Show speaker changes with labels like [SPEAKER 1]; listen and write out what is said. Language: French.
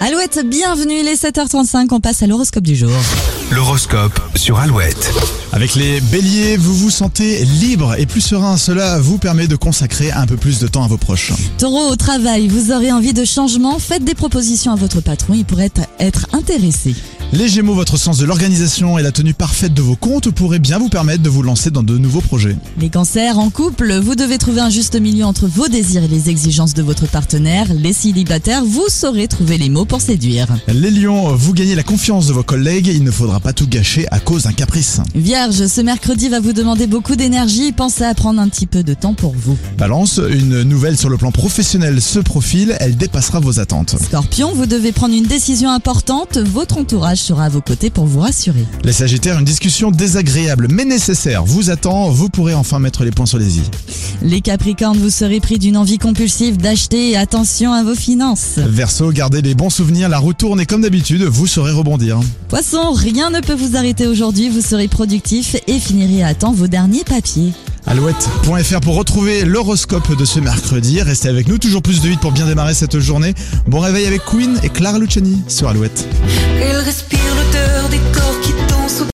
[SPEAKER 1] Alouette, bienvenue, il est 7h35, on passe à l'horoscope du jour.
[SPEAKER 2] L'horoscope sur Alouette.
[SPEAKER 3] Avec les béliers, vous vous sentez libre et plus serein. Cela vous permet de consacrer un peu plus de temps à vos proches.
[SPEAKER 1] Taureau au travail, vous aurez envie de changement, faites des propositions à votre patron, il pourrait être intéressé.
[SPEAKER 3] Les gémeaux, votre sens de l'organisation et la tenue parfaite de vos comptes pourraient bien vous permettre de vous lancer dans de nouveaux projets.
[SPEAKER 1] Les cancers en couple, vous devez trouver un juste milieu entre vos désirs et les exigences de votre partenaire. Les célibataires, vous saurez trouver les mots pour séduire.
[SPEAKER 3] Les lions, vous gagnez la confiance de vos collègues. Il ne faudra pas tout gâcher à cause d'un caprice.
[SPEAKER 1] Vierge, ce mercredi va vous demander beaucoup d'énergie, pensez à prendre un petit peu de temps pour vous.
[SPEAKER 3] Balance, une nouvelle sur le plan professionnel se profile. Elle dépassera vos attentes.
[SPEAKER 1] Scorpion, vous devez prendre une décision importante, votre entourage sera à vos côtés pour vous rassurer.
[SPEAKER 3] Les sagittaires, une discussion désagréable mais nécessaire vous attend. Vous pourrez enfin mettre les points sur les i.
[SPEAKER 1] Les Capricornes, vous serez pris d'une envie compulsive d'acheter, attention à vos finances.
[SPEAKER 3] Verseau, gardez les bons souvenirs. La roue tourne et comme d'habitude, vous saurez rebondir.
[SPEAKER 1] Poisson, rien ne peut vous arrêter aujourd'hui, vous serez productif et finirez à temps vos derniers papiers.
[SPEAKER 3] Alouette.fr pour retrouver l'horoscope de ce mercredi. Restez avec nous, toujours plus de 8 pour bien démarrer cette journée. Bon réveil avec Queen et Clara Luciani sur Alouette.
[SPEAKER 4] Él respira.